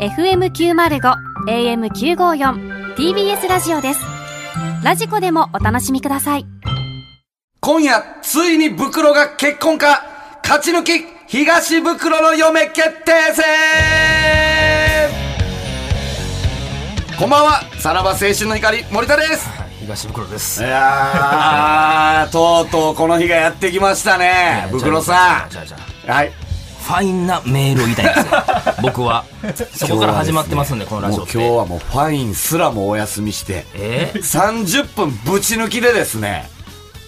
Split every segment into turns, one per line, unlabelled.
FM905 AM954 TBS ラジオですラジコでもお楽しみください
今夜、ついに袋が結婚か、勝ち抜き、東袋の嫁決定戦こんばんは、さらば青春の光、森田です。
東袋です
いやー、 とうとうこの日がやってきましたね、袋さ
じゃあじゃあじゃあ
ん。はい。
ファインなメールを言いたいんですよ 僕はそこから始まってますんでこのラジ
も
オ
う
って
今日はもうファインすらもお休みして、
えー
30分ぶち抜きでですね、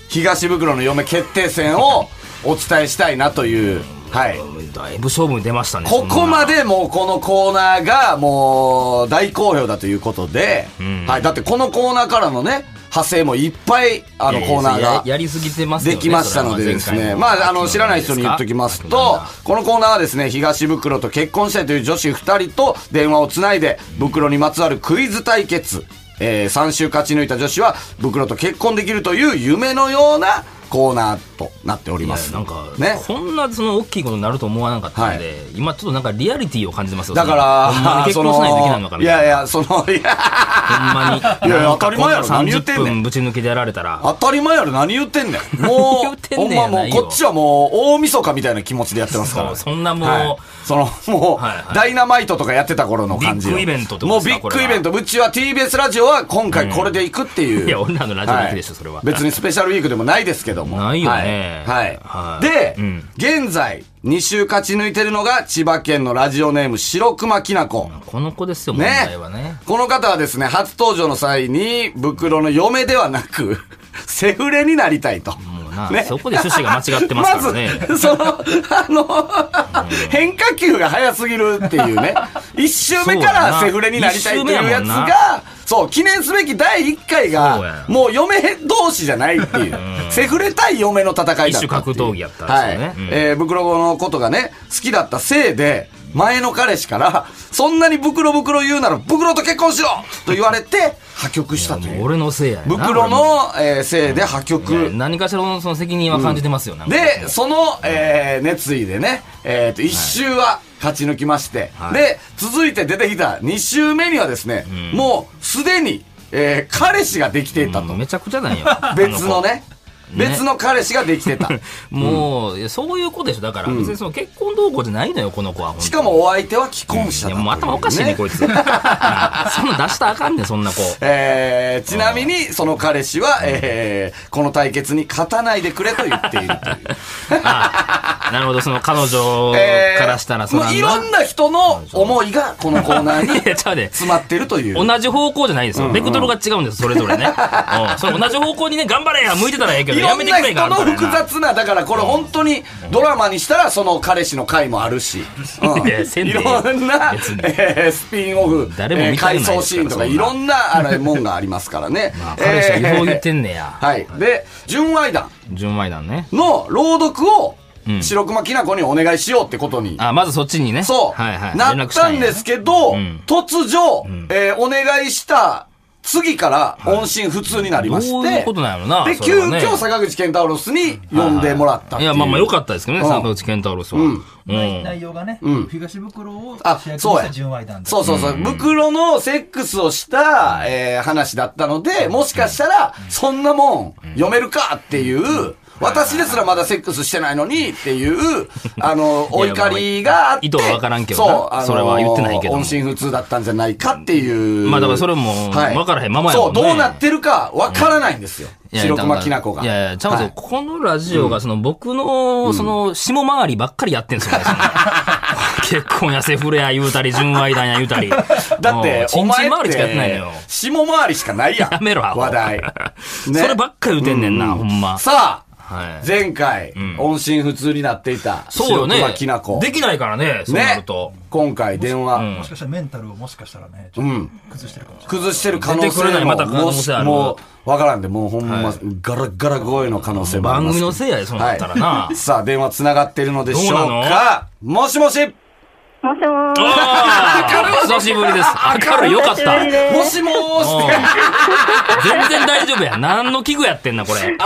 東袋の嫁決定戦をお伝えしたいなという、はい。
だいぶ勝負に出ましたね
ここま
で
でもうこのコーナーがもう大好評だということで、
ん
はい。だってこのコーナーからのね、派生もいっぱいあのコーナー
や
が
やりすぎてますよね
できましたのでですね。まあ、あの、知らない人に言っときますと、このコーナーはですね、東袋と結婚したいという女子二人と電話をつないで、袋にまつわるクイズ対決。え3週勝ち抜いた女子は、袋と結婚できるという夢のようなコーナーとなっており
いや
ます。
なんか、
ね。
こんなその大きいことになると思わなかったんで、今ちょっとなんかリアリティを感じますよ
だか
ほんまに
ら、
結婚しないといけないのか
そ
な
のいやいや、その、いや、
ほんまに
いやいや当たり前やろ何言ってんねん
30分ぶち抜きでやられたら
当たり前やろ、何言ってんねん。も
何言っ
う、
て
ほ
ん
ん
ねん
ま
や
も
な
う、
いよ
こっちはもう、大晦日みたいな気持ちでやってますから。
そうそんなもう
はいその、もう、
はいはい
ダイナマイトとかやってた頃の感じよ
ビッグイベントって
も
こ
う
と
ビ
ですか
ッグイ
これ
ベ
は
ント。うちは TBS ラジオは今回これで行くっていう。
いや俺らのラジオだけでしょそれは
別にスペシャルウィークでもないですけども。
ないよね
はい。は
はい
い、で、
うん
現在、2週勝ち抜いてるのが、千葉県のラジオネーム、白熊きなこ。
この子ですよ問
ね
題はね
この方はですね、初登場の際に、袋の嫁ではなく、 セフレになりたいと。
もうな、
ね
そこで趣旨が間違ってますからね
ず、その、あの、変化球が早すぎるっていう ね。一周目か
そうや
ら
な
セフレになりたいっていうやつ
一周目やもん
が、そう、記念すべき第1回
そうや
が、
な
もう嫁同士じゃないっていう。セフレ対嫁の戦いだったっていう。
一種格闘技やったんですよね
はい。
うん
えー、袋のことがね、好きだったせいで、前の彼氏から、そんなに袋袋言うなら、袋と結婚しろと言われて、破局したと
も
いうう。
俺のせいやな
袋の、えーせいで破
いや
局。
何かしらのその責任は感じてますよ、なんか
で、その、えー熱意でね、えーと、1周は勝ち抜きまして、
はい
で、続いて出てきた2周目にはですね、もうすでに、えー彼氏ができていた
も
と
う。めちゃくちゃなんよ
別のね、
の子
別の彼氏ができて た。
もう、いやそういうことでしょだから、別にその結婚動向じゃないのよこの子は
しかもお相手は既婚者
い
だ
や
という
もう頭おかしい ねこいつそんな出したらあかんねんそんな子
えーちなみに、その彼氏は、えーこの対決に勝たないでくれと言っているという。
なるほど その彼女
えー
からしたらそ
もういろんな人の思いが、このコーナーに
いやちゃうで
詰まってると いう。
同じ方向じゃないですよ。ベクトルが違うんです、それぞ れね。うんそれ同じ方向にね、頑張れや向いてたらええけど、
い
や
ろ
め
ん
てく
な
れ
人
が
の
ある
複
からな。
雑な、だからこれ本当にドラマにしたらその彼氏の回もあるし、うん
いやせん
い
でええ
ろんな
別に、
えースピンオフ、
誰も見たくな
回
いですから
想シーンとか
そんない
ろんなあれもんがありますからね
まあ。彼氏は違法言って
え
んねや。
ーはい。で、純愛団
純愛団ね。
の朗読を
うん
白熊きなこにお願いしようってことに。
あ、まずそっちにね。
そう、
はいはい。連
なっ
絡した
た
ん
ん
や
ですけど、
うん
突如、
ん
えーお願いした次から音信不通になりまして、
どういうことなんやろな。
で、
それ
急
はね
遽坂口健太郎に呼んでもらったって
いうや、まあまあ良かったですけどね、
うん
坂口健太郎さんは。うん。
内容がね、
うん
東袋を主
あ
役に
そう
し
や
た純愛団で
そうそうそう。袋のセックスをした、えー話だったので、もしかしたら、そんなもん、読めるかっていう、私ですらまだセックスしてないのにっていう、あの、お怒りがあって。
意図はわからんけどな
そう、あの
それは言ってないけども
音信不通だったんじゃないかっていう。
まあだからそれもわからへんままや
そ
も、
うんど
ね
うなってるかわからないんですよ。
いや
白熊きなこが。
いやいや、ちゃうんで
は
すよ
い。
このラジオが、その僕の、その、下回りばっかりやってんすよね。そ の結婚やセフレや言うたり、純愛団や言うた り。
だって、
も
お
うちんち
前
ん
っ
回りしかやってないの
て
よ。、
下回りしかないやん。
やめろアホ
話 題。ね
そればっかり言うてんねんな、ほんま。
さあ、
はい。
前回、音信不通になっていた、
そうよね
白熊きなこ。。
できないからね、そうなる
ね
と。。
今回電
うん
話、
もしかしたらメンタルをもしかしたらね、ちょ
う
っ
ん。
と崩してるかもしれない。
崩してる可能
出てくれ
性
ない
も、
また可能性ある
もう、わからんで、もうほんま、
はい
ガラッガラ声の可能性もあり
番
ます。
組のせいやで、そうなったらな。
さあ、電話繋がってるのでしょう
どう
かもしもし
もしもー
ああ久しぶりです。明るい、よかった。
久しぶりです
もしもーしって
全然大丈夫や。何の器具やってんな、これ。
明るい
ん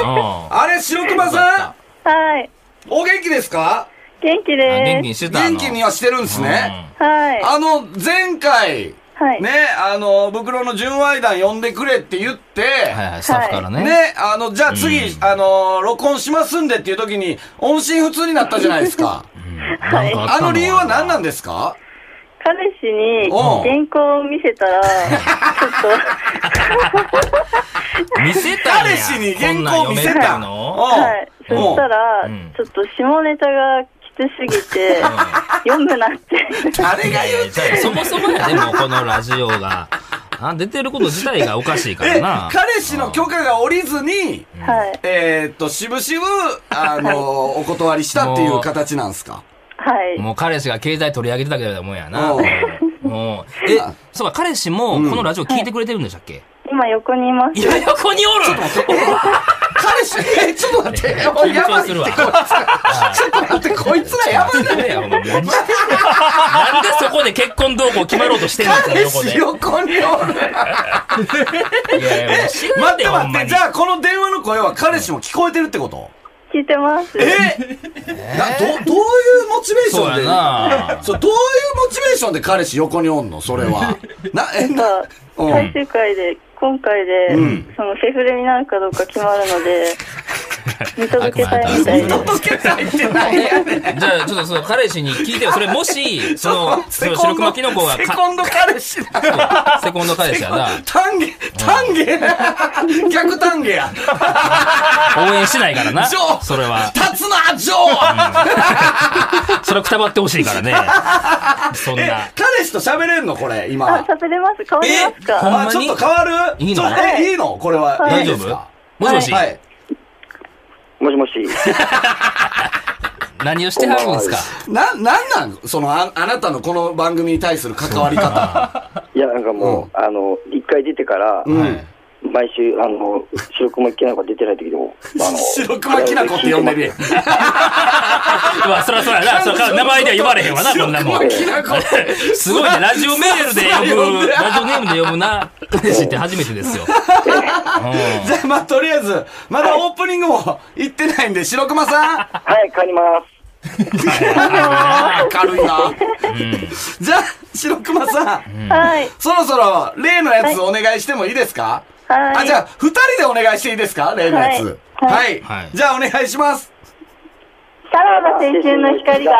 あれ、白熊さん
はい。
お元気ですか
元気
あ元
で
気にしてたの
元気にはしてるんですね。
す。はい。
あの、前回、
はい。
ね、あの、袋の純愛団呼んでくれって言って、
はいはい、スタッフからね。
ね、あの、じゃあ次、あの、録音しますんでっていう時に、音信不通になったじゃないですか。
なんか
あの理由は何なんんですか
彼氏に
おう
原稿を見せたら、ちょっ
見せたんや
彼氏に原稿見せ
こんなん読め
た
る の
と、はい。そ
うん
したら
うん、
ちょっと下ネタがきつす ぎて、読むなって。
誰が言うてん
そもそ もやでもこのラジオが。あ出てること自体がおかしいから
え
な。
彼氏の許可が下りずに、
はい。
えーっと、しぶしぶ、あの、お断りしたっていう形なんですか
はい。
もう彼氏が携帯取り上げてたけどもんやな。
うん
もうえ、そうか、彼氏もこのラジオ聞いてくれてるんでしたっけ、
今横にいます
い。や、横におる
彼氏、え、ちょっと待って、やばいって
緊張
こい
す
つ
るわ
ら、ちょっと待って、こいつらやばい
いやお前何してんのなんでそこで結婚動向決まろうとしてんのこの
彼
横で。
氏横におる。
いやいや、もう知ら
待
ん
っ
で
て
ほ
待
ん
っ
ま
て、
に
じ。ゃあこの電話の声は彼氏も聞こえてるってこと
聞いてます。
えなど、どういうモチベーション
そう
で
やな
そう、どういうモチベーションで彼氏横におんのそれ は。な、え、
なん
な、
か
うん
最終回で、今回で、
うん
そのセフレになるかどうか決まるの で、見届けたいみたい
見
で
あ
す。
届けたいってないやねん。
じゃあ、ちょっとその彼氏に聞いてよ。それ もし、その、そ
セ
の
コ
白
ンド
熊キノコが
セ
か、
コンド彼氏だ。
セコンド彼氏やな。
単下、単下、逆単下 や。
応援しないか らな。
ジョー
それは。
立つな、ジョー
それはくたばってほしいからね。そん
え
な。、
彼氏と喋れんのこれ、今
あ
は、。
喋れます変わります
えほんま
か
あ、ちょっと変わる
いいの
ちょっとえ、いいのこれは。
はい
いいですか
大丈夫もしもし
はい。
もしもし。
何をしてはるんですか
な、なんなんそのあ、あなたのこの番組に対する関わり 方。
いや、なんかもう、あの、一回出てから、
うん。
毎週、あの、白熊きなこが出てない時でも、あの、
白熊きなこって呼んでるやん。
うわ、そらそらな。そら名前では呼ばれへんわな、こんなも
白。熊
ん
きなこって。
すごいね。ラジオメールで 呼ぶ、ラジオネームで呼ぶな、彼氏って初めてですよ。
じゃあ、まあ、とりあえず、まだオープニングも行ってないんで、白熊さん。
はい、帰ります。
明るいな。じゃあ、白熊さん。
はい。
そろそろ、例のやつお願いしてもいいですか
はい。
あ、じゃあ、二人でお願いしていいですか例のやつ。
は
はい
はい。
じゃあ、お願いします。
さらば青春の光が、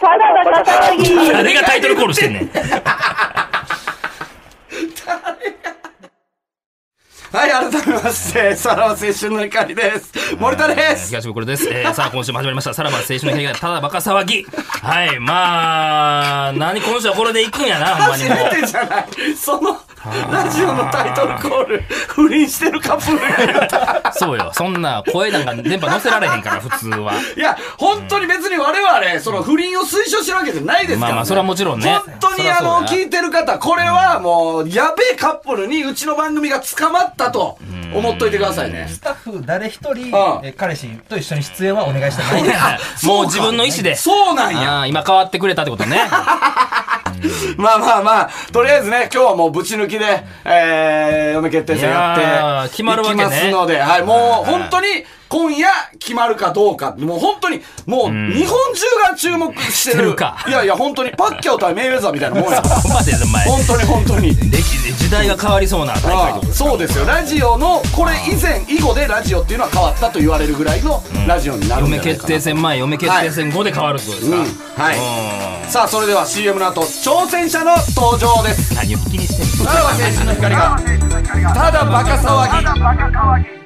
ただばたたぎ。
誰がタイトルコールしてんねん。
はい、改めまして、さらば青春の怒りです。森田で
えー
す。
東袋です。えーさあ、今週も始まりました。さらば青春の日がただバカ騒ぎ。はい、まあ、何今週はこれで行くんやな、ほんま
初
にもう。
めてじゃない。その、ラジオのタイトルコール、不倫してるカップルが言う た。
そうよ。そんな声なんか電波乗せられへんから、普通は。
いや、本当に別に我々、その不倫を推奨してるわけじゃないですから、ね。
まあまあそれはもちろんね
本当
そ
に
りゃ
あ
そうだ
の、聞いてる方、これはもう、やべえカップルにうちの番組が捕まったと思っといてくださいね。
スタッフ誰一人
ああ、
え彼氏と一緒に出演はお願いしてないです。
もう自分の意思で。
そうなんや。
あー今変わってくれたってことね。
まあまあまあ、とりあえずね、今日はもうぶち抜きで、えー、嫁決定戦
い
や
や
って
ー、決まるわけね
いきますので、はい、もう本当に、今夜決まるかどうか、もう本当に、もう日本中が注目して
して
る。
るか
いやいや、本当にパッキャオ対メイウェザーみたいなもんや。
ここまでお前。
本当に本当に。
歴史時代が変わりそうな大会って
あ
こと
あそうですよ。ラジオの、これ以前、以後でラジオっていうのは変わったと言われるぐらいのラジオになるんじ
嫁
ゃない
決
かな
定。戦前、嫁決定戦後で変わるってことですか。
うんはい。さあ、それでは CM の後、挑戦者の登場です。
うん何を気にしてんの
さらば青春の光がただバカ騒ぎ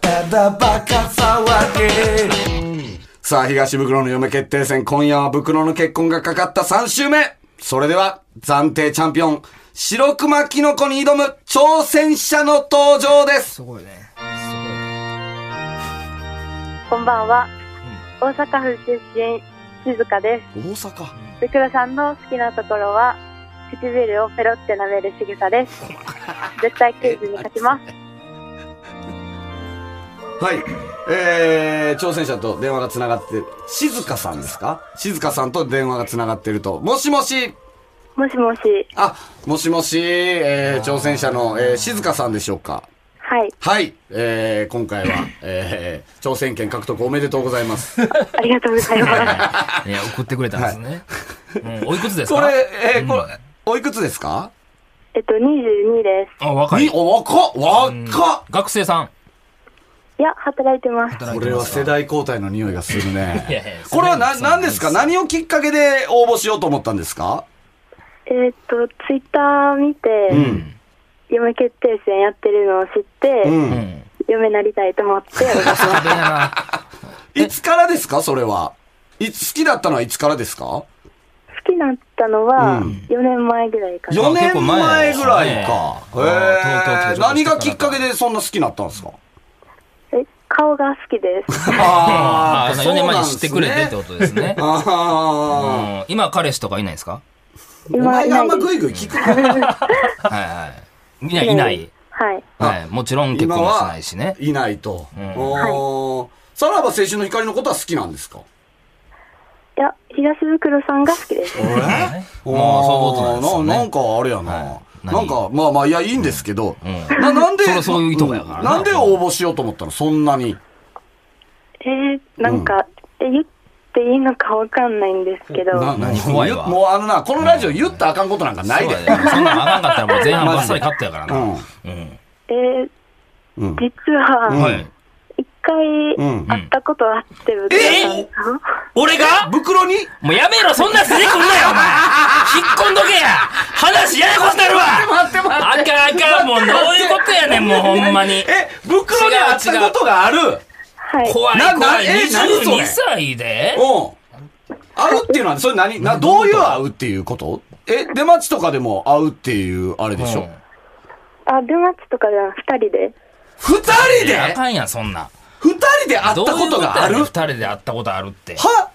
ただバカ騒ぎさあ、東袋の嫁決定戦、今夜は袋の結婚がかかった3週目それでは、暫定チャンピオン、白熊キノコに挑む挑戦者の登場です
こんばんは。大阪府出身、静香です。
大阪
でくらさんの好きなところは、唇をペロって舐める仕草です。 絶対クイズに勝ちます。
はい。えー、挑戦者と電話が繋がって、静香さんですか静香さんと電話が繋がってると。もしもし
もしもし、
あ、もしもし、えー挑戦者の、えー静香さんでしょうか。
はい、
はい、えー今回は、えー挑戦権獲得おめでとうござい ます。
ありがとうござ います。
いや、送ってくれたんですね。うんおいくつです
こ
か
れ、えーこれ、おいくつですか
えっと、22で
あ、若
に
い。
お、若っ若っ
学生さん。
す。いや、働いてます。
これは世代交代の匂いがする
いやいや
ね。これはな、
世代交代
何ですか何をきっかけで応募しようと思ったんですか
えっと、ツイッター見て、
うん。
嫁決定戦やってるのを知って、
うん。
嫁なりたい と思って、
さすがやな。
いつからですかそれは。いつ、好きだったのはいつからですか
好きになったのは
うん
4年前ぐらいから、
?4
結構
年
前
前
ですね
ぐらいか。へ
あー東京
え。
来て
何がきっかけでそんな好きになったんですか
え顔が好き です。
ああ、4年前に知ってくれてって
と。
ことですね。
ああ。
うん今、彼氏とかいないで すか
お
今
前
い
があ
ない
んま
で。
すグイグイ聞くな。
はいはい。いない、いない。
はい。
はい。もちろん結
今
婚もしな
はい
しね。
いないと。
うん
おーさらば青春の光のことは好きなんですか
いや、東袋さんが好きです。
え
まあそういうことなんですよね
ななんかあれやな。
はい
なんか、まあまあ、いや、いいんですけど。
うん
ななんで
そりゃそういうとこやからな
なんで応募しようと思ったのそんなに。
えー、なんか、え言っていいのかわかんないんですけど、
な
何怖いわ
もうあのな、このラジオ言ったらあかんことなんかないで
そう。だよそんなんあかんかったらもう前半ばっさり勝ったやから
う
な。
ん。
うん。
えー、
うん。
実
う
は、
はい。
一回
うん
会ったことあって、僕さんと
俺が
袋に
もうやめろそんな筋こんなよお前引っ込んどけや話ややこしなるわ
待って待
あかんあかんもうどういうことやねんもうほんまに。
え、袋にあったことがある
はい。
怖い
なな
怖い。
え何それ
22歳で
うん。会うっていうのは、それ何、な、どういう会うっていうことえ、出待ちとかでも会うっていう、あれでしょ
うん
あ、出待ちとかじゃなく二人で。
二人
いやあ
で
かんやん、そんな。
二人で会ったことがあ
どうい
る
うことやねん二人で会ったことあるって。
は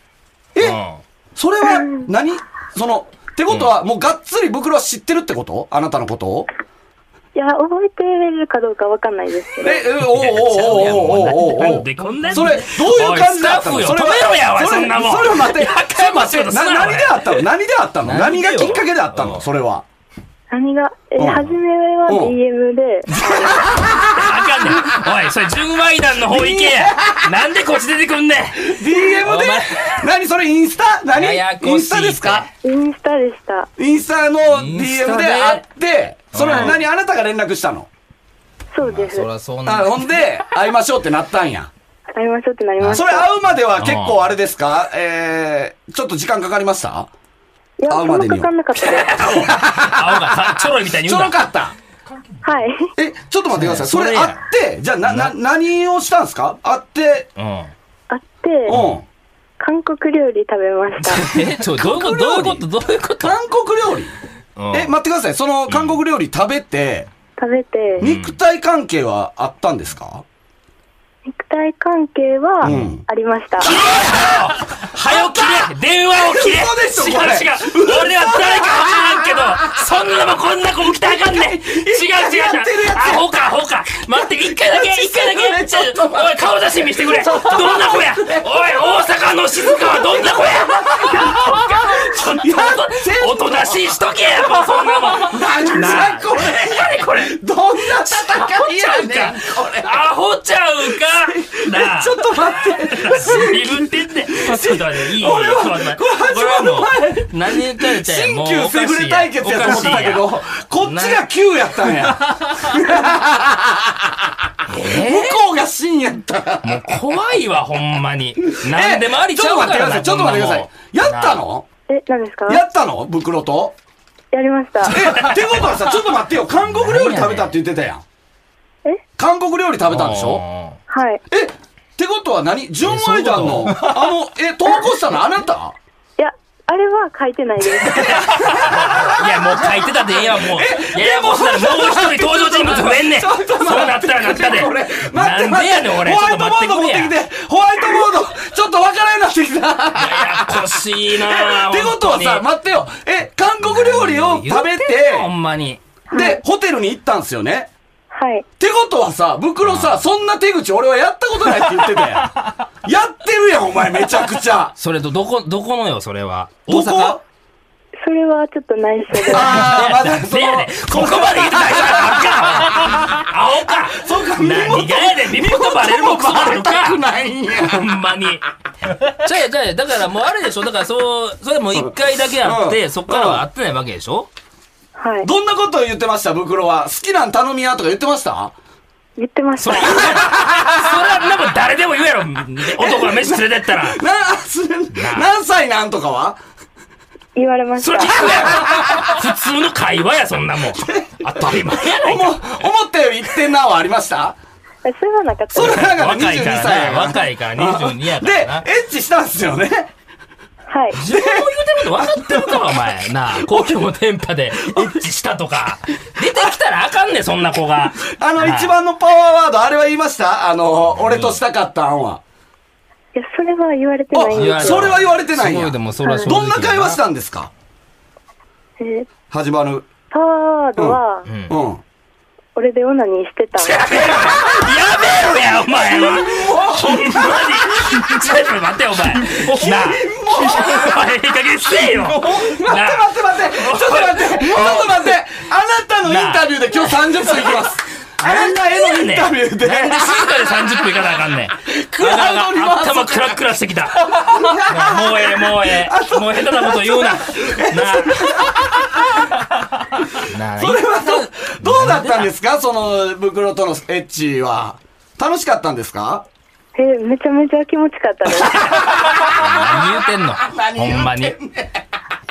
え、
うん
それは何、その、ってことは、もうがっつり袋は知ってるってことあなたのことを
いや、覚えてるかどうかわかんないですけど、
え、え、おうおうおうおうおうおう
なんでこんな
それ、どういう感じだったの
おいス
そ
タッ
れ
フよ
は
止めろやおい
それ
そんなもん
それ待って、それ待っ
やかましいこと
て、
すな
な何であったの何であったの
なんで
何
よ
がきっかけであったのそれは。
何が、え
うん
初めは
うん
DM で、
あかんねん。おい、それ、純愛団の方行けや。なんでこっち出てくんねん。
DM で何それインスタ何
ややこしい
インスタですか
インスタでした。
インスタの
インス
DM
タ
で
で
会って、それ
うん
何あなたが連絡したの
そうです。
ゃそう
あほんで、会いましょうってなったんや。
会いましょうってなりまし
そ
た。
れ会うまでは結構あれですかえー、ちょっと時間かかりました
いや、
会
そうん
ま
な
でには
かかんなかったです。
青がさ、ちょろいみたいに
ち
言
ょ
う
ろ
な。
かった
はい。
え、ちょっと待ってください。そ
そ
れ
れ
会って、じゃあな、な、何をしたんですか会って、
う
あって、
うん。
韓国料理食べま した。
ん。え、ちょ、どういうことどういうことどういうこと
韓国料理
うん
え、待ってください。その韓国料理食べて、
食べて、
肉体関係はあったんですか
肉体関係
うん
はありました。
はよ切れ電話を切れ
嘘でしょこ
違
れ
う違う俺は誰か知らんけど、そんなもんこんな子も来たらあかんねん違う違う違う
やってるやつ
アホかアホか待って、一回だ け、一回だけ
ち
ち
ょ
ょ
っと待
おい、顔写真見せてくれどんな子やおい、大阪の静かはどんな子やちょっと、おとなしいしとけやもうそんなもん
なんだこれ
何これ
どんな戦いやねんこれ
アホちゃうかなあ
ちょっと待って。
自分ってって。ちょっと待って、いい。
俺は
ちょっと待って
これ始まる前
これはもう何言ったらちゃう
新
もう
旧
おか
セ
しい
フレ対決やと思ってたけど
おか、
こっちが旧やったんや。 向こうが新やったら。
しいやんもう怖いわ、ほんまに。なんでもあり
え
ちゃうからな
ちょっと待ってください。ちょっと待ってください。やった
こんなもん
の
え、何ですか
やったの袋と。
やりました。
え、ってことはさ、ちょっと待ってよ。韓国料理食べたって言ってたやん。
え
韓国料理食べたんでしょ
はい。
え、ってことは何純愛団の、あの、え、投稿したのあなた
いや、あれは書いてないで す。
いや、もう書いてたでええやん、もう。ややこしならもう一人登場人物増えんねん。
ちょっと
そうな
待
っ
って
たらなったで。
これ待って
なん
待
で
っ
や
て
ねん、俺。
ホ
ちょ
ワ
っ
イ
と
トボー
待って
ド
く
持
れ
って
や。
きてホワイトボードちょっとわからんようになってきた
ややこしいな
ってことはさ、
本
待ってよ。え、韓国料理を
当に
食べて、
ほんまに。
で、ホテルに行ったんすよね。
はい。
ってことはさ、袋さ、そんな手口俺はやったことないって言ってたやん。 やってるやん、お前めちゃくちゃ。
それと、どこ、どこのよ、それは。
ど
大
こ
阪
それはちょっと内緒で。
ああ、まだそ
せ
の
やで、ここまで言ってないじゃんあかん青か
そうか
何がやでん耳元バレるもクソバレる
バレたく
か
ないんや。
ほんまに
じゃあじゃあだからもうあれでしょだからそう、それも一回だけあっ
う
て、
ん
そっからは会ってないわけでしょ
はい。
どんなことを言ってました、袋は。好きなん頼みやとか言ってました
言ってまし
そ
た
れ。言うやろそれはなんか誰でも言うやろ男が飯連れてったら
な、す何歳なんとかは
言われまし
それ
た
聞。くやろ普通の会話やそんなもん当たり前やな
お
い
も
か
思ったより一点なはありました
えそれはなかった
そ
で
れ
す。
はなんか
若
22
い
歳
から
や
な若いから22やからな
で、エッチしたんですよね。
はい。
自分も言うてるの分かってるからお前なあ公共の電波でエッチしたとか出てきたらあかんねんそんな子が
あの、
はい
一番のパワーワード、あれは言いましたあの、俺としたかったんは。
いや、それは言われてないん
言わ
あ、
れ
です
そ
よ。
れは言われてない
す
ん
ご
や。
いでもそれは正直
どんな会話したんですか
えー
始まる。
パワードは、
うん。
俺でオナニーしてた。
やめろやお前はほんまにちょっと待ってよお前なあお前いい加減せえよ
待って待って待ってちょっと待ってちょっと待ってあなたのインタビューで今日30分いきますあなたへのインタビューで
なんで静かで30分いかなあかんねん。
クラウドに回す
頭クラックラしてきた。もうええ、もうええ。もう下手なこと言うな。な
なあ
それはどどうだったんですかその袋とのエッチは楽しかったんですか
えーめちゃめちゃ気持ちかったです。
何言うてんのほんまに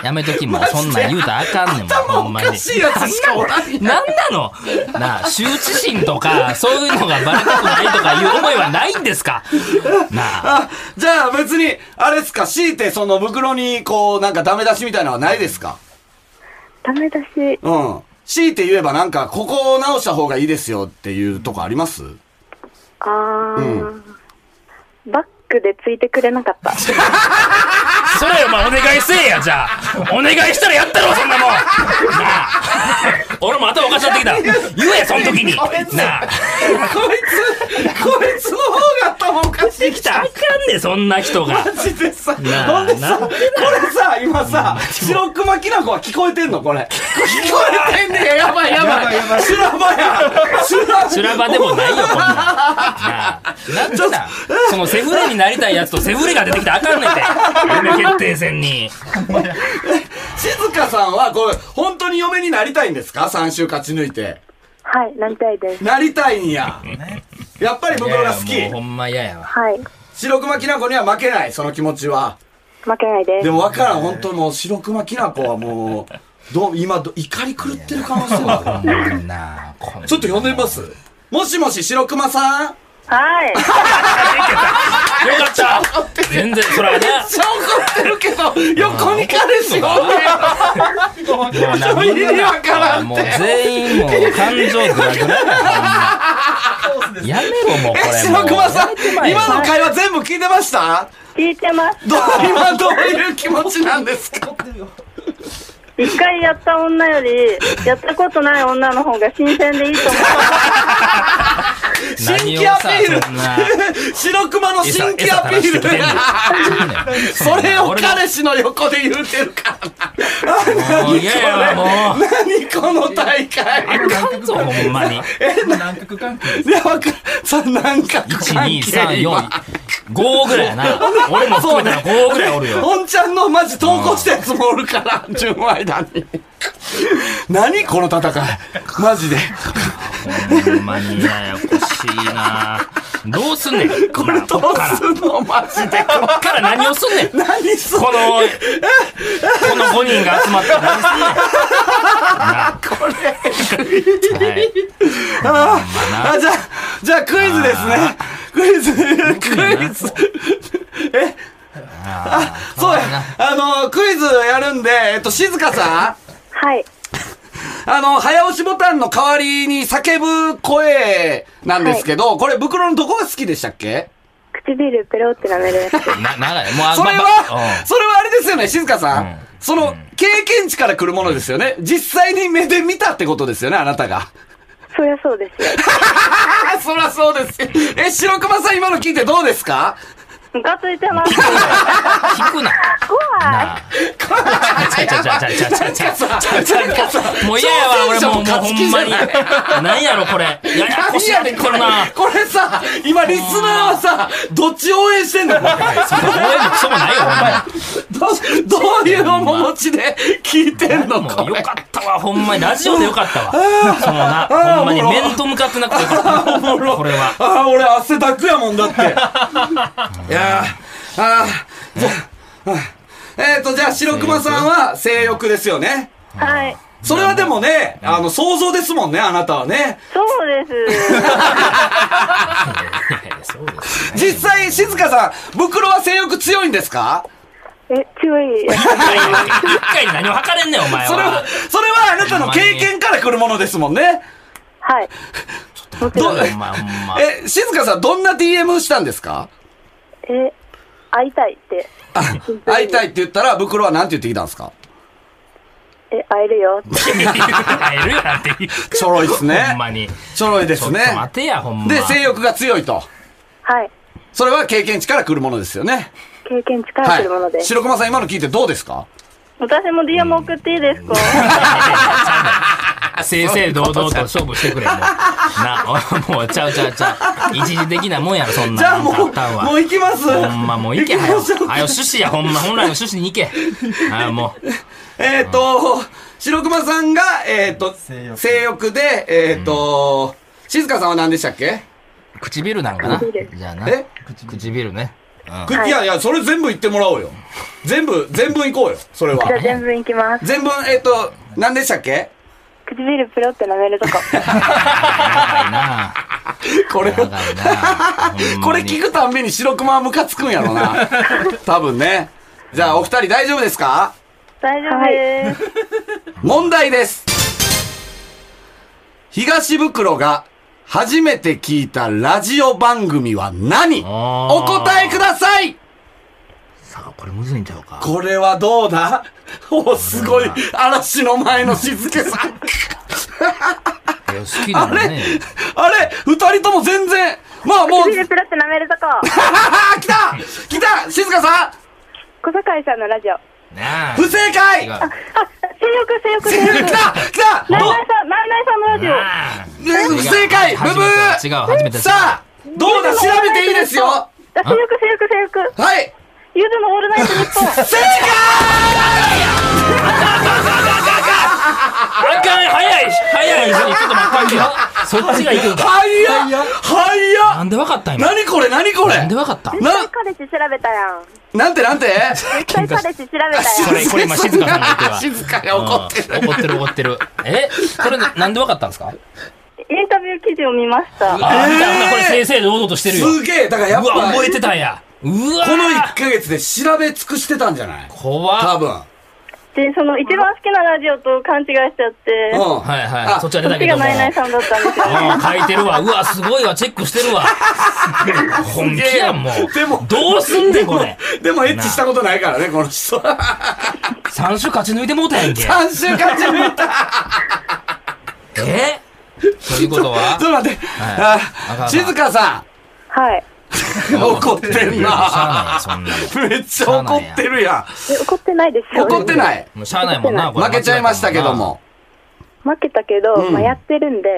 やめときもうそんなん言うたらあかんねんもう
頭
ほ
お
んまに
かしいやつしかおらんやん
なんなのなあ、羞恥心とか、そういうのがバレたくないとかいう思いはないんですかなあ。
あじゃあ別にあれですか強いてその袋にこうなんかダメ出しみたいなのはないですか
ダメ出し、
うん強いて言えばなんかここを直した方がいいですよっていうとこあります
あー、バックでついてくれなかった。
それお前お願いせえや、じゃあ。お願いしたらやったろ、そんなもん。なあ。俺も頭おかしなってきた。言え、その時に。な
こ
あ。
いつこいつの方が頭おかしい
できたらあかんねん、そんな人が。
マジでさ、
なあ
ほんでさ、
な
これさ、今さ、白熊きなこは聞こえてんのこれ。聞こえてんねんやばいやばい。修羅場や。修羅
修羅場でもないよ、こ んなん。なあ。なんでなんそのセフレになりたいやつとセフレが出てきたらあかんねんて。
夢決定戦に。
静香さんは、これ、本当に嫁になりたいんですか三週勝ち抜いて。
はい、なりたいです。
なりたいんや。やっぱり僕が好
いやいやもうほ
き。
んま嫌やわ。
はい、
白熊きなこには負けない、その気持ちは。
負けないです。
でもわからん、本当もう白熊きなこはもう、どう、今ど、怒り狂ってる可能性がある。
なあ、こん
ちょっと呼んでみますもしもし白熊さん
はい。
よかった。全然、それはね。
ちゃ怒ってるけど、横に彼氏がおんね
もうな
意味わからんって
もう全員もう感情グラグラやほんまやめろもうこれ
え、
も
白
う
熊さ
や
ん
めて、まえよ
今の会話全部聞いてました
聞いてます。
どう、今どういう気持ちなんですか
一回やった女より、やったことない女の方が新鮮でいいと思う。
新規アピ
何をさそんな
ール白熊の新規アピール
餌垂ら
それを彼氏の横で言うてるからな。
もう嫌やわもう
何この大会
あかんぞほんまに
南極関係
いや、わかん、さ、なんか関係、
12345ぐらいやな俺も含めたら5ぐらいおるよ
本ちゃんのマジ投稿したやつもおるから、純愛だに。何この戦い。マジで。
ほんまにややこしいなどうすんねんこれ
ど
こ
う
っからこ
すんのマジで。
っから何をすんねんこ
何す
の
んの
この5人が集まって何すんねんこれはい
あ、じゃあ、じゃあクイズですね。クイズ、クイズ。えあ、そうや。あの、クイズやるんで、えっと、静香さん
はい、
あの、早押しボタンの代わりに叫ぶ声なんですけど、これ袋のどこが好きでしたっけ
唇ペロって舐めるやつ。
な、長い。もう、あ
それ
ば
は、
ば
それはあれですよね、静香さん。
うん
その、経験値から来るものですよね。実際に目で見たってことですよね、あなたが。
そりゃそうですよ。
あ、そらそうです。え、白熊さん今の聞いてどうですか
ムカついてます。
うん聞くな。
怖い。
なあ。
ちゃちゃちゃちゃちゃちゃちゃちゃちゃもう嫌やわ、俺もう、もうほんまに。なんやろ、これ。ややこしいやってこれな。
これさ、今リスナーはさ、どっち応援してんのこれ
そこ覚えるクソもないよ、
どどういう面持ちで聞いてん
ほ
の
んま
か
に。もうよかったわ、ほんまに。ラジオでよかったわ。そのな、ほんまに面と向かってなくてよかった。これは。
ああ、俺汗だくやもんだって。いやー、あーじゃあ、はあえっ、ー、と、じゃあ、白熊さんは性欲ですよね。
はい。
それはでもね、あの、想像ですもんね、あなたはね。
そうです。
そうです。
実際、静香さん、袋は性欲強いんですか
え、強い。
一回に何を測れんねん、お前
それは
は。、
それはあなたの経験から来るものですもんね。
はい。もち
どう
ろ。
ん
ほんま、ほんま。
え、静香さん、どんな DM したんですか
え、会いたいって。
会いたいって言ったら、袋はなんて言ってきたんです か
え、会えるよって。
会えるよなんて言う。
ちょろいっすね。
ほんまに。
ちょろいで
ちょ
す
っと
ね。
待てや、ほんま。
で、性欲が強いと。
はい。
それは経験値から来るものですよね。
経験値から来るもので。
白駒さん、今の聞いてどうですか
私も DM 送っていい ですか
正々堂々と勝負し てくれ、もう。な、おもう、ちゃうちゃうちゃう。一時的なもんやろ、そんな。
じゃあもう、
あったんは
もう行きます。
ほんま、もう行け、
行き
はよ
ましょう。。
はよ、趣旨や、ほんま。本来の趣旨に行け。あもう。
えっ、ー、と、白熊さんが、えっ、ー、と、
性欲
性欲で、えっ、ー、と、静香さんは何でしたっけ
唇なんかな
唇
じゃあな。
え
唇ね。
く
はい
いやいや、それ全部言ってもらおうよ。全部、全部行こうよ、それは
じゃ。あ全部いきます。
全部、えっ、ー、と、何でしたっけ
唇プロって舐めるとか。
長いな
これ、
長いな
これ聞くたんびに白熊はムカつくんやろな。多分ね。じゃあ、お二人大丈夫ですか
大丈夫です。
問題です。東袋が初めて聞いたラジオ番組は何
あー
お答えください
さあ、これむずいんちゃうか。
これはどうだお、すごい。嵐の前の静け さん。
いや好きなのね。
あれ二人とも全然。まあ もう、
唇プロって舐める とか。
ああ来た来た静香さん
小堺さんのラジオ。あ、
なあ。
不正解
違う
来
性欲、性欲、性
た
欲。
来た
ナイ
ど
ナイさん、ナイナイさんのラジオ。
なあ
え不正解ブ
初め
ブー
て違う初めて違う
さあ、どうだ調べていいですよは
あ性欲、性欲、性欲。
い
ゆずのオールナイト ニッポン。
正解
あかん、早いし早いしちょっと待ってよ。そっちが行くんか。
はいやはい
な
や
んでわかった今。
何これ何これ
なんでわかった
絶対彼氏調べたやん。
なんてなんて
絶対彼氏調べた やん。
これ、これ今静かさんが言ってるわ。
静かが怒ってる。
怒ってる怒ってる。えそれななんでわかったんですか
インタビュー記事を見ました。
あー、見た見たこれ正々堂々としてるよ。
すげえだからやっ
うわ、
ぱ、
覚えてたんや。うわ
この1ヶ月で調べ尽くしてたんじゃない
怖
多
っ。
分。
で、その一番好きなラジオと勘違いしちゃって、
うん。
こ
はいは
あ
い。そっちは出
ったち
けど
が
も。
ナイナイさんだったん ですよ。
うん書いてるわ。うわ、すごいわ。チェックしてるわ。本気やん、も
でも
う。どうすんねん、これ。
でもエッチしたことないからね、この人。
3週勝ち抜いてもうたやんけ。
3週間中見た。
えということ
ちょ
は
っと待って。
あかん
あ
あ
静香さ
はい。
ん、怒ってん
しゃあない
な
よ。そんなの。
めっちゃ怒ってるや
え怒ってないです
ん。
よ。
怒ってない。
もうしゃあないもんな、これ。
負けちゃいましたけども。
負けたけど、
ん
まあやってるんで、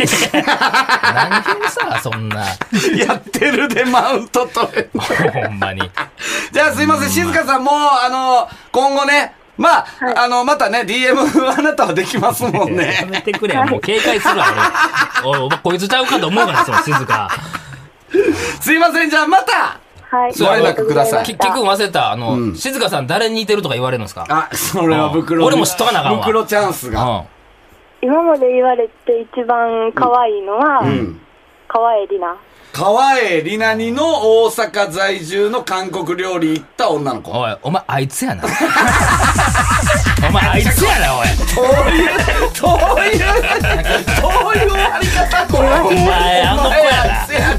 何でさ、そんな。
やってるでマウント取れんの
ほんまに。
じゃあすいません、静香さん、もう、あの、今後ね、まあ、あの、またね、DM あなたはできますもん
や
ね。
めてくれよ。もう警戒するわ、俺。おい、お前こいつちゃうかと思うから、その静か。
すいません、じゃあまた
はい。
そう
ご連絡ください
結局忘れた。あの、静香さん誰に似てるとか言われるんですか
あ、それは袋
うん俺も知っとかなあかんわ
袋チャンスが。
う
今まで言われて一番可愛いのは、
うん。
可愛いりな。
川栄里奈にの大阪在住の韓国料理行った女の
ん。
子。
おい、お前あいつやな。 お前あいつやな、おい。
どういう、どういう、どういうやり方これ。
お前、あの子やな。
や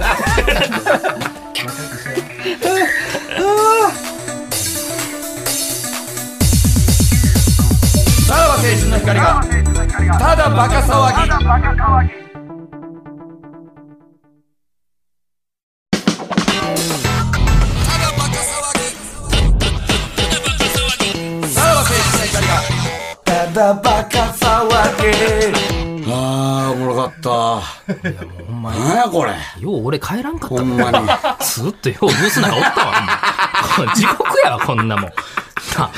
な。さらば青春の光が、ただバカ騒ぎ。ただバカ騒ぎ。
いやもうほんまに。
なんやこれ。
よう俺帰らんかっ
ほ
たなん
まに。
ずーっとようニュースなんかおったわお前。地獄やわ、こんなもん。なあ。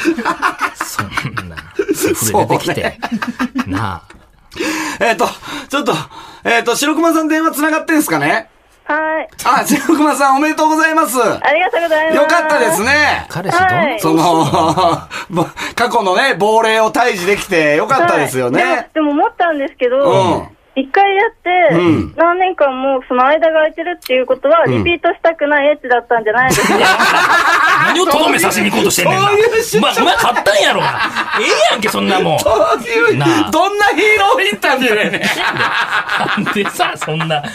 そんな。船出てきて。なあ。
えっ、と、ちょっと、えっ、と、白熊さん電話繋がってんすかね
はい。
あ、白熊さんおめでとうございます。よ
ありがとうございます。
かったです。ね。
彼氏どんな
はい
その、ぼ過去のね、亡霊を退治できてよかったですよ
はいいや
ね。
でも思ったんですけ
うん
ど、一回やって、何年間もその間が空いてるっていうことは、リピートしたくないエッチだったんじゃないですか。
何をとどめさせに行こうとしてんねんな。
そういう主張
まあ、まあ、買ったんやろが。ええやんけ、そんなもん。
そういう
なあ
どんなヒーローインタビューやねん。
なんでさ、そんな。
あ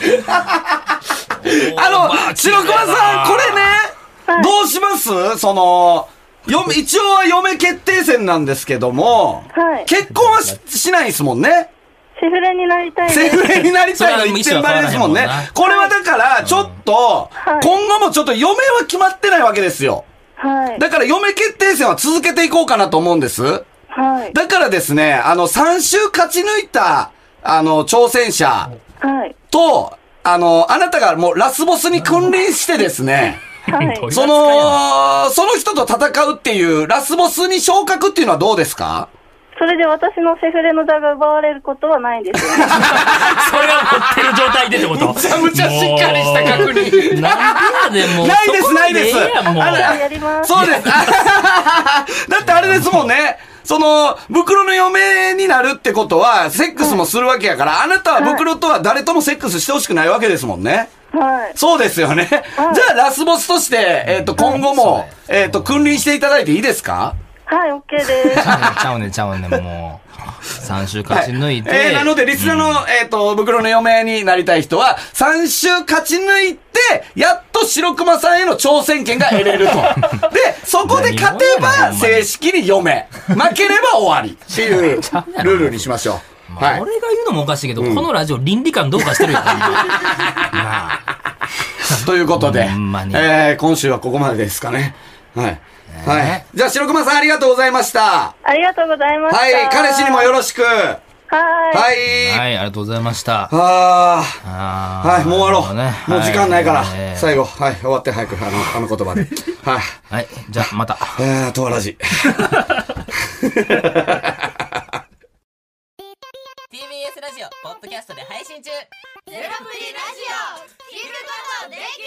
の、白熊さん、これね、どうしますその、嫁、一応は嫁決定戦なんですけども、
はい
結婚はししないですもんね。
セフレになりたいです
セ。フレになりたい
それ
の
は
一点張りですもん
意
ね
思は変わらへんもん。
こ
な
れはだから、ちょっと、
はい
今後もちょっと嫁は決まってないわけですよ。
はい。
だから嫁決定戦は続けていこうかなと思うんです。
はい。
だからですね、あの、3週勝ち抜いた、あの、挑戦者
はい。
と、あの、あなたがもうラスボスに君臨してですね、
はい。
どういう扱いやねん
その、その人と戦うっていう、ラスボスに昇格っていうのはどうですか
それで私のセフレの座が奪われることはないんですよね。
それを持ってる状態でってこと。むちゃむちゃしっかりした確認。なんでやねんもう。
ないです
そこまええやんもう
ない ですあら
やります。
そうです。 だってあれですもんね。その、袋の嫁になるってことは、セックスもするわけやから、あなたは袋とは誰ともセックスしてほしくないわけですもんね。
はい。
そうですよね。じゃあ、ラスボスとして、えっ、と、今後も、えっ、と、君臨していただいていいですか
はい、OK です。
ちゃうねんちゃうねんちゃうねんもう。3週勝ち抜いて。
えーなので、リスナーの、えっ、と、袋の嫁になりたい人は、3週勝ち抜いて、やっと白熊さんへの挑戦権が得れ ると。で、そこで勝てば、
何者やねんほんまに
正式に嫁。負ければ終わり。っていう、ルールにしましょう。
まあ
はい。
俺が言うのもおかしいけど、このラジオ倫理観どうかしてる よ。ほんまなあ
ということで、え
ほんまに
ー、今週はここまでですかね。はい。はい。じゃあ、白熊さんありがとうございました。
ありがとうございました。
はい、彼氏にもよろしく。は
はい。
い。
はい、ありがとうございました。
あー。
あー
はい、もう終わろう。
ね
もう時間ないから、
はえー
最後、はい、終わって早く、あの、あの言葉で。はい。
はい、じゃあまた。
えー、とわらじ。
TBS ラジオポッドキャストで配信中ゼロプリラジオ聞くことできる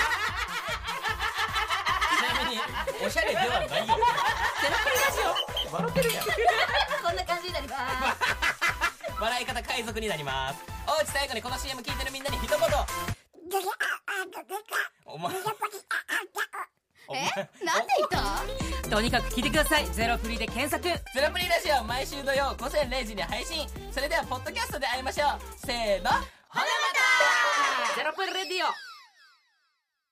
なみにおしゃれではないよゼロプリラジ オ笑ってるやん
こんな感じになります。
笑い方海賊になりますおうち最後にこの CM 聞いてるみんなに一言お前お前
なんで言った？とにかく聞いてください。ゼロフリーで検索。
ゼロプリラジオ毎週土曜午前0時に配信それではポッドキャストで会いましょうせーのほなまた
ゼロプリレディオ。